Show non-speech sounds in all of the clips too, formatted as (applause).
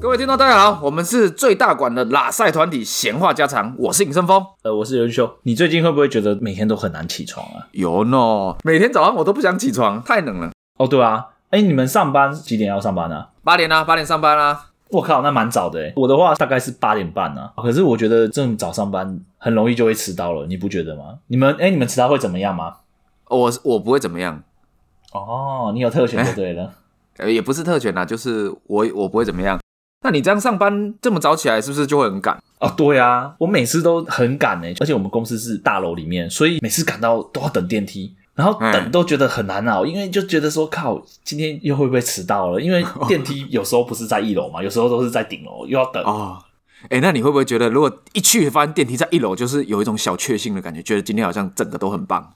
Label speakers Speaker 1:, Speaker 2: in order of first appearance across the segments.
Speaker 1: 各位听众，大家好，我们是最大馆的拉塞团体闲话家常，我是尹胜峰。
Speaker 2: 呃，我是刘秀。你最近会不会觉得每天都很难起床啊？
Speaker 1: 有呢，每天早上我都不想起床，太冷了。
Speaker 2: 哦，对啊，哎，你们上班几点要上班啊？
Speaker 1: 八点啊，八点上班啊。
Speaker 2: 我靠，那蛮早的哎。我的话大概是八点半啊，可是我觉得这种早上班很容易就会迟到了，你不觉得吗？你们哎，你们迟到会怎么样吗？
Speaker 1: 我我不会怎么样，
Speaker 2: 哦，你有特权就对了。
Speaker 1: 呃也不是特权啦、就是我我不会怎么样。那你这样上班这么早起来，是不是就会很赶？
Speaker 2: (laughs) 哦，对啊，我每次都很赶哎，而且我们公司是大楼里面，所以每次赶到都要等电梯。然后
Speaker 1: 嗯
Speaker 2: 等都觉得很难熬，因为就觉得说靠，今天又会不会迟到了？因 (laughs) 为电梯有时候不是在一楼嘛，有时候都是在顶楼，又要等。
Speaker 1: 哦，哎、那你会不会觉得，如果一去发现电梯在一楼，就是有一种小确幸的感觉，觉得今天好像整个都很棒？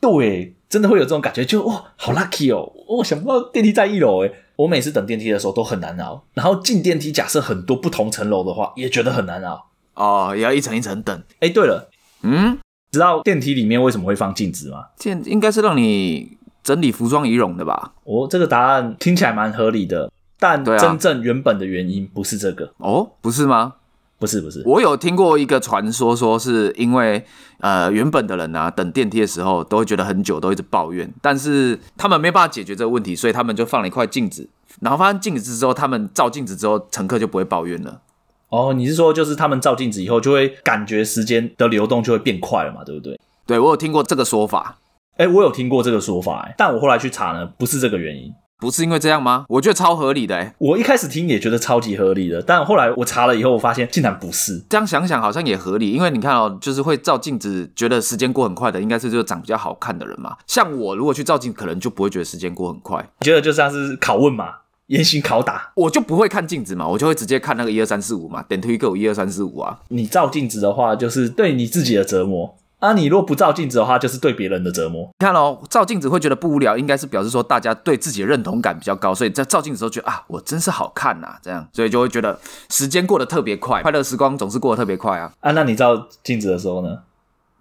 Speaker 2: 对，真的会有这种感觉，就哇，好 lucky 哦！我想不到电梯在一楼诶，我每次等电梯的时候都很难熬，然后进电梯，假设很多不同层楼的话，也觉得很难熬。
Speaker 1: 哦，也要一层一层等。
Speaker 2: 哎，对了，
Speaker 1: 嗯，
Speaker 2: 知道电梯里面为什么会放镜子吗？
Speaker 1: 这应该是让你整理服装仪容的吧？
Speaker 2: 我、哦这个答案听起来蛮合理的，但
Speaker 1: 对啊
Speaker 2: 真正原本的原因不是这个，
Speaker 1: 哦，不是吗？
Speaker 2: 不是不是，
Speaker 1: 我有听过一个传说，说是因为呃原本的人啊，等电梯的时候都会觉得很久，都一直抱怨，但是他们没办法解决这个问题，所以他们就放了一块镜子，然后发现镜子之后，他们照镜子之后，乘客就不会抱怨了。
Speaker 2: 哦，你是说就是他们照镜子以后就会感觉时间的流动就会变快了嘛，对不对？
Speaker 1: 对我有听过这个说法，
Speaker 2: 哎，我有听过这个说法，诶但我后来去查呢，不是这个原因。
Speaker 1: 不是因为这样吗？我觉得超合理的、欸，
Speaker 2: 我一开始听也觉得超级合理的，但后来我查了以后，我发现竟然不是。
Speaker 1: 这样想想好像也合理，因为你看哦，就是会照镜子觉得时间过很快的，应该是就是长比较好看的人嘛。像我如果去照镜，可能就不会觉得时间过很快，
Speaker 2: 我觉得就像是拷问嘛，严刑拷打。
Speaker 1: 我就不会看镜子嘛，我就会直接看那个一二三四五嘛，点推给我一二三四五啊。
Speaker 2: 你照镜子的话，就是对你自己的折磨；啊，你若不照镜子的话，就是对别人的折磨。
Speaker 1: 你看哦，照镜子会觉得不无聊，应该是表示说大家对自己的认同感比较高，所以在照镜子的时候觉得啊，我真是好看呐、这样，所以就会觉得时间过得特别快，快乐时光总是过得特别快啊，
Speaker 2: 啊，那你照镜子的啊时候呢？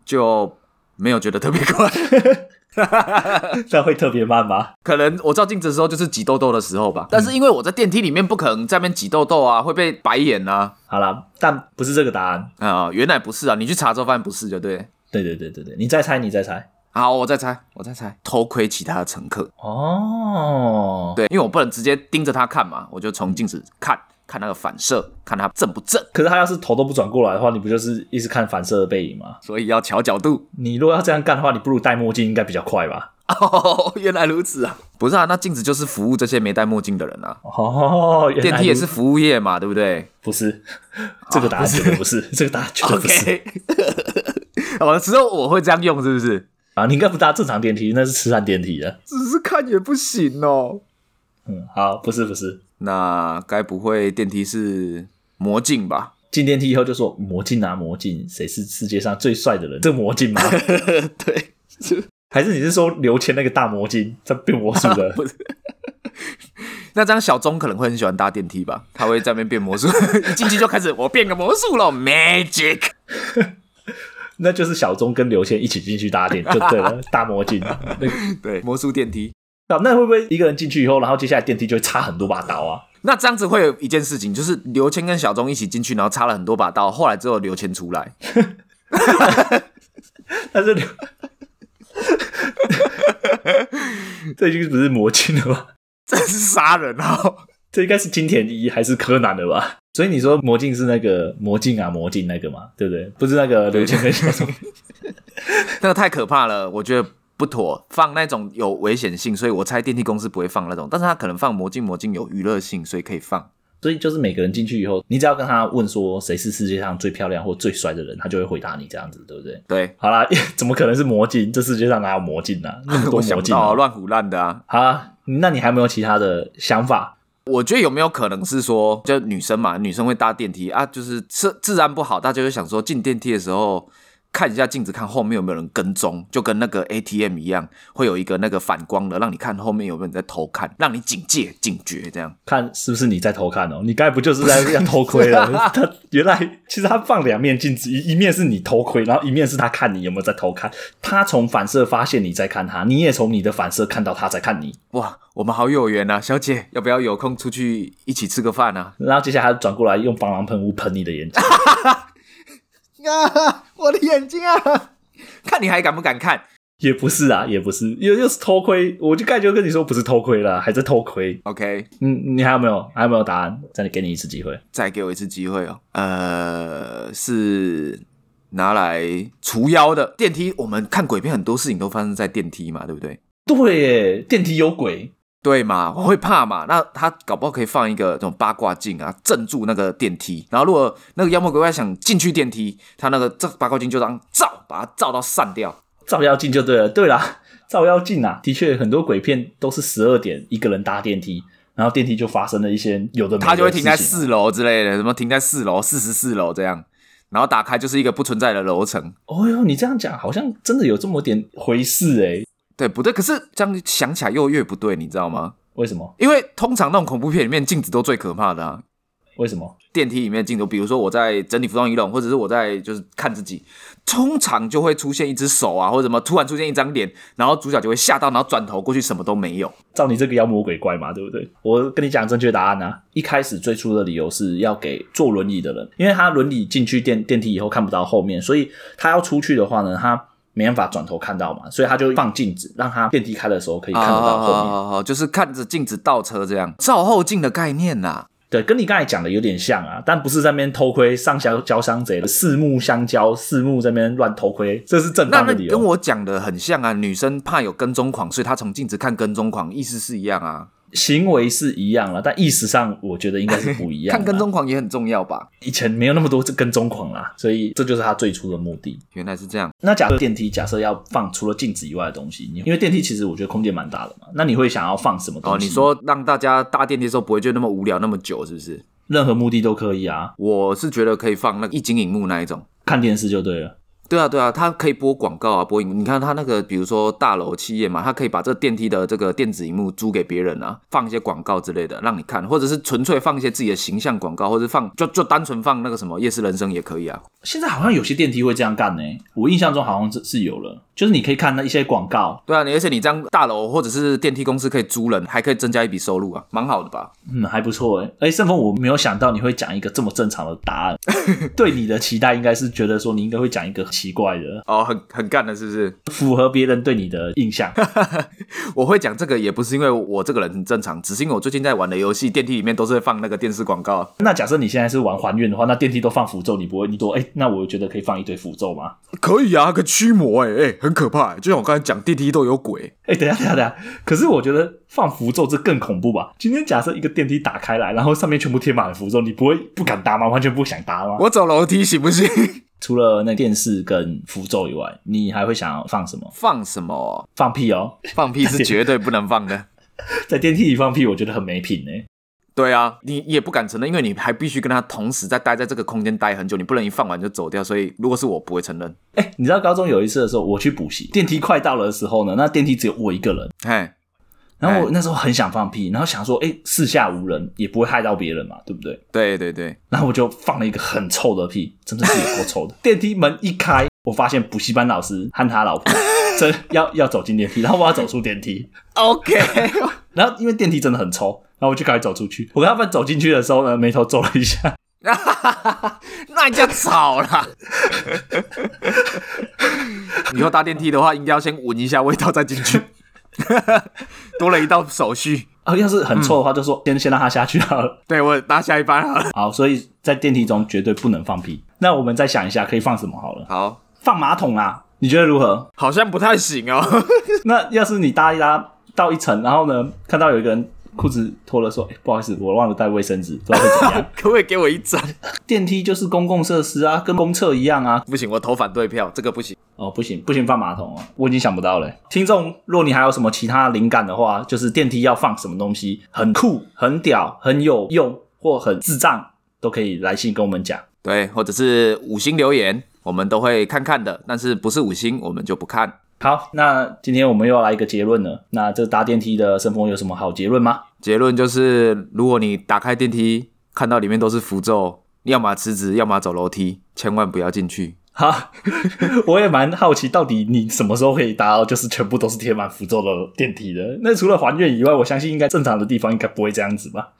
Speaker 1: 就没有觉得特别快。 (laughs)
Speaker 2: 那会特别慢吗？
Speaker 1: 可能我照镜子的时候就是挤痘痘的时候吧，但是因为我在电梯里面不可能在那边挤痘痘啊，会被白眼啊。
Speaker 2: 好啦，但不是这个答案。
Speaker 1: 啊、原来不是啊！你去查之后发现不是，就对。
Speaker 2: 对对对对对，你再猜，你再猜。
Speaker 1: 好，我再猜，我再猜，偷窥其他的乘客。
Speaker 2: 哦，
Speaker 1: 对，因为我不能直接盯着他看嘛，我就从镜子看看那个反射，看他正不正，
Speaker 2: 可是他要是头都不转过来的话，你不就是一直看反射的背影吗？哦
Speaker 1: 所以要调角度。
Speaker 2: 你如果要这样干的话，你不如戴墨镜应该比较快吧？
Speaker 1: 哦，原来如此啊！不是啊，那镜子就是服务这些没戴墨镜的人啊。
Speaker 2: 哦， (laughs) 原来
Speaker 1: 电梯也
Speaker 2: 如
Speaker 1: 是服务业嘛，对不对
Speaker 2: 不是， (laughs) 这个答案绝对啊不是， (laughs) 这个答案绝对不是
Speaker 1: ？OK，哦，之后我会这样用，是不是？
Speaker 2: 啊！你应该不搭正常电梯，那是吃饭电梯的。
Speaker 1: 只是看也不行哦。
Speaker 2: 嗯，好，不是不是，
Speaker 1: 那该不会电梯是魔镜吧？
Speaker 2: 进电梯以后就说魔镜啊魔镜，谁是世界上最帅的人？这魔镜吗？
Speaker 1: (laughs) 对，
Speaker 2: (laughs) 还是你是说刘谦那个大魔镜在变魔术 (laughs) 的？
Speaker 1: 不是。那这样小钟可能会很喜欢搭电梯吧？他会在那边变魔术， (laughs) 一进去就开始我变个魔术了，magic。
Speaker 2: 那就是小钟跟刘谦一起进去搭电就对了， (laughs) 大魔镜。那个
Speaker 1: 对，魔术电梯。
Speaker 2: 那那会不会一个人进去以后，然后接下来电梯就会插很多把刀啊？
Speaker 1: 那这样子会有一件事情，就是刘谦跟小钟一起进去，然后插了很多把刀，后来只有刘谦出来。 (laughs)
Speaker 2: 但是刘， (laughs) 这已经不是魔镜了吧？
Speaker 1: 这是杀人哦！ (laughs)
Speaker 2: 这应该是金田一还是柯南的吧？所以你说魔镜是那个魔镜啊，魔镜那个嘛，对不对？不是那个刘谦跟小
Speaker 1: (laughs)
Speaker 2: 松。
Speaker 1: 那个太可怕了，我觉得不妥，放那种有危险性，所以我猜电梯公司不会放那种，但是他可能放魔镜，魔镜有娱乐性，所以可以放。
Speaker 2: 所以就是每个人进去以后，你只要跟他问说谁是世界上最漂亮或最帅的人，他就会回答你这样子，对不对？
Speaker 1: 对，
Speaker 2: 好啦， (laughs) 怎么可能是魔镜？这世界上哪有魔镜啊？那么多
Speaker 1: (laughs) 我想
Speaker 2: 魔
Speaker 1: 不
Speaker 2: 镜、
Speaker 1: 到啊
Speaker 2: 啊。
Speaker 1: 乱胡乱的啊。
Speaker 2: 好啊，那你还有没有其他的想法？
Speaker 1: 我觉得有没有可能是说，就女生嘛，女生会搭电梯啊，就是自自然不好，大家就想说进电梯的时候看一下镜子，看后面有没有人跟踪，就跟那个 ATM 一样，会有一个那个反光的，让你看后面有没有人在偷看，让你警戒、警觉这样。
Speaker 2: 看是不是你在偷看哦？你该不就是在要偷窥了？他原来其实他放两面镜子，一一面是你偷窥，然后一面是他看你有没有在偷看。他从反射发现你在看他，你也从你的反射看到他在看你。
Speaker 1: 哇，我们好有缘啊！小姐，要不要有空出去一起吃个饭啊？
Speaker 2: 然后接下来他转过来用防狼喷雾喷你的眼睛，
Speaker 1: (laughs)
Speaker 2: (laughs)
Speaker 1: 啊，我的眼睛啊！看你还敢不敢看
Speaker 2: 也不是啊，也不是，又又是偷窥。我就刚才就跟你说不是偷窥啦，还在偷窥。
Speaker 1: ？OK，
Speaker 2: 嗯，你还有没有？还有没有答案？再给你一次机会。
Speaker 1: 再给我一次机会哦。呃，是拿来除妖的电梯。我们看鬼片很多事情都发生在电梯嘛，对不对？
Speaker 2: 对耶，电梯有鬼，
Speaker 1: 对嘛，我会怕嘛。那他搞不好可以放一个这种八卦镜啊，镇住那个电梯。然后如果那个妖魔鬼怪想进去电梯，他那个这八卦镜就当照，把它照到散掉。
Speaker 2: 照妖镜就对了。 (laughs) 对啦，照妖镜啊，的确很多鬼片都是十二点一个人搭电梯，然后电梯就发生了一些有的没的
Speaker 1: 他就会停在
Speaker 2: 事情
Speaker 1: 四楼之类的，什么停在四楼、四十四楼这样。然后打开就是一个不存在的楼层。
Speaker 2: 哦哟，你这样讲好像真的有这么点回事欸诶。
Speaker 1: 对，不对？可是这样想起来又越不对，你知道吗？
Speaker 2: 为什么？
Speaker 1: 因为通常那种恐怖片里面镜子都最可怕的啊。
Speaker 2: 为什么？
Speaker 1: 电梯里面的镜头，比如说我在整理服装仪容，或者是我在就是看自己，通常就会出现一只手啊，或者什么突然出现一张脸，然后主角就会吓到，然后转头过去什么都没有。
Speaker 2: 照你这个妖魔鬼怪嘛，对不对？我跟你讲正确答案啊！一开始最初的理由是要给坐轮椅的人，因为他轮椅进去电电梯以后看不到后面，所以他要出去的话呢，他没办法转头看到嘛，所以他就放镜子，让他电梯开的时候可以看得到后面。
Speaker 1: 哦，就是看着镜子倒车这样，照后镜的概念啊呐、
Speaker 2: 对，跟你刚才讲的有点像啊，但不是在那边偷窥上交交相贼的四目相交，四目在那边乱偷窥，这是正
Speaker 1: 那
Speaker 2: 当
Speaker 1: 那
Speaker 2: 的理由。
Speaker 1: 跟我讲的很像啊，女生怕有跟踪狂，所以她从镜子看跟踪狂，意思是一样啊。
Speaker 2: 行为是一样了，但意识上我觉得应该是不一样啦。
Speaker 1: (laughs) 看跟踪狂也很重要吧？
Speaker 2: 以前没有那么多跟踪狂啦，所以这就是他最初的目的。
Speaker 1: 原来是这样，
Speaker 2: 那假设电梯假设要放除了镜子以外的东西，你因为电梯其实我觉得空间蛮大的嘛，那你会想要放什么东
Speaker 1: 哦，
Speaker 2: 西？
Speaker 1: 你说让大家搭电梯的时候不会觉得那么无聊那么久，是不是？
Speaker 2: 任何目的都可以啊，
Speaker 1: 我是觉得可以放那个一晶荧幕那一种。
Speaker 2: 看电视就对了。
Speaker 1: 对啊，对啊，它可以播广告啊，播影。你看它那个，比如说大楼企业嘛，它可以把这电梯的这个电子荧幕租给别人啊，放一些广告之类的让你看，或者是纯粹放一些自己的形象广告，或者放就就单纯放那个什么夜市人生也可以啊。
Speaker 2: 现在好像有些电梯会这样干呢、我印象中好像是是有了，就是你可以看到一些广告，
Speaker 1: 对啊，你而且你这样大楼或者是电梯公司可以租人，还可以增加一笔收入啊，蛮好的吧？
Speaker 2: 嗯，还不错哎、欸。哎，盛峰，我没有想到你会讲一个这么正常的答案， (laughs) 对你的期待应该是觉得说你应该会讲一个奇怪的，
Speaker 1: 哦，很很干的，是不是？
Speaker 2: 符合别人对你的印象。 (laughs)
Speaker 1: 我会讲这个也不是因为我这个人很正常，只是因为我最近在玩的游戏，电梯里面都是会放那个电视广告啊。
Speaker 2: 那假设你现在是玩还愿的话，那电梯都放符咒，你不会你说哎、那我觉得可以放一堆符咒吗？
Speaker 1: 可以啊，个驱魔哎、欸、哎、很可怕、欸，就像我刚才讲，电梯都有鬼。
Speaker 2: 哎、等一下，等一下，等一下！可是我觉得放符咒这更恐怖吧？今天假设一个电梯打开来，然后上面全部贴满了符咒，你不会不敢搭吗？完全不想搭吗？
Speaker 1: 我走楼梯行不行？
Speaker 2: 除了那电视跟符咒以外，你还会想要放什么？
Speaker 1: 放什么？
Speaker 2: 放屁哦， (laughs)
Speaker 1: 放屁是绝对不能放的。
Speaker 2: 在电梯里放屁，我觉得很没品哎、
Speaker 1: (laughs) 对啊，你也不敢承认，因为你还必须跟他同时在待在这个空间待很久，你不能一放完就走掉。所以如果是我，不会承认。
Speaker 2: 哎、你知道高中有一次的时候，我去补习，电梯快到了的时候呢，那电梯只有我一个人，
Speaker 1: 嘿，
Speaker 2: 然后
Speaker 1: 哎
Speaker 2: 我那时候很想放屁，然后想说，哎、四下无人，也不会害到别人嘛，对不对？
Speaker 1: 对对对，
Speaker 2: 然后我就放了一个很臭的屁，真的是有够臭的。电梯门一开，我发现补习班老师和他老婆 (laughs) 真要要走进电梯，然后我要走出电梯，
Speaker 1: OK， (laughs)
Speaker 2: 然后因为电梯真的很臭，然后我就赶快走出去。我跟他们走进去的时候呢，眉头皱了一下， (laughs)
Speaker 1: 那你就吵 (laughs) 啦。以后搭电梯的话，应该要先闻一下味道再进 (laughs) 去，多了一道手续。
Speaker 2: 啊，要是很臭的话，就说先先让他下去好了。
Speaker 1: 对我搭下一班好了。
Speaker 2: 好，所以在电梯中绝对不能放屁。那我们再想一下，可以放什么好了？
Speaker 1: 好，
Speaker 2: 放马桶啦，你觉得如何？
Speaker 1: 好像不太行哦。 (laughs)
Speaker 2: 那要是你搭一搭到一层，然后呢，看到有一个人裤子脱了，说、哎，不好意思，我忘了带卫生纸，不知道会怎么样。 (laughs)
Speaker 1: 可不可以给我一张？
Speaker 2: 电梯就是公共设施啊，跟公厕一样啊。
Speaker 1: 不行，我投反对票，这个不行。
Speaker 2: 哦，不行，不行，放马桶哦，我已经想不到了。听众，若你还有什么其他灵感的话，就是电梯要放什么东西，很酷、很屌、很有用或很智障，都可以来信跟我们讲。
Speaker 1: 对，或者是五星留言，我们都会看看的，但是不是五星我们就不看。
Speaker 2: 好，那今天我们又要来一个结论了。那这搭电梯的神风有什么好结论吗？
Speaker 1: 结论就是，如果你打开电梯看到里面都是符咒，要么辞职，要么走楼梯，千万不要进去。
Speaker 2: 好， (laughs) 我也蛮好奇，到底你什么时候可以搭到就是全部都是贴满符咒的电梯的？那除了还愿以外，我相信应该正常的地方应该不会这样子吧？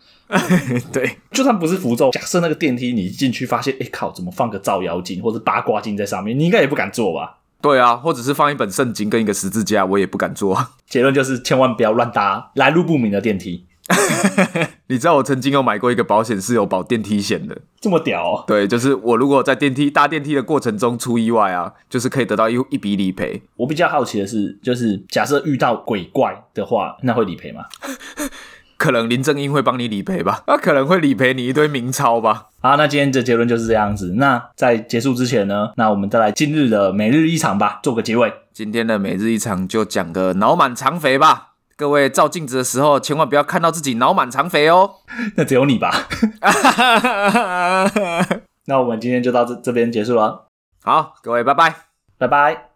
Speaker 1: 对，
Speaker 2: 就算不是符咒，假设那个电梯你一进去发现，哎、靠，怎么放个照妖镜或者八卦镜在上面？你应该也不敢做吧？
Speaker 1: 对啊，或者是放一本圣经跟一个十字架，我也不敢做 (laughs) 啊。
Speaker 2: 结论就是千万不要乱搭来路不明的电梯，
Speaker 1: 你知道我曾经有买过一个保险，是有保电梯险的。
Speaker 2: 这么屌、哦！
Speaker 1: 对，就是我如果在电梯搭电梯的过程中出意外啊，就是可以得到一一笔理赔。
Speaker 2: 我比较好奇的是，就是假设遇到鬼怪的话，那会理赔吗？
Speaker 1: 可能林正英会帮你理赔吧，那、啊可能会理赔你一堆明钞吧。
Speaker 2: 好，那今天这结论就是这样子。那在结束之前呢，那我们再来今日的每日一场吧，做个结尾。
Speaker 1: 今天的每日一场就讲个脑满肠肥吧，各位照镜子的时候千万不要看到自己脑满肠肥哦。 (laughs)
Speaker 2: (laughs) 那只有你吧。那我们今天就到这这边结束了，
Speaker 1: 好，各位拜拜。
Speaker 2: 拜拜。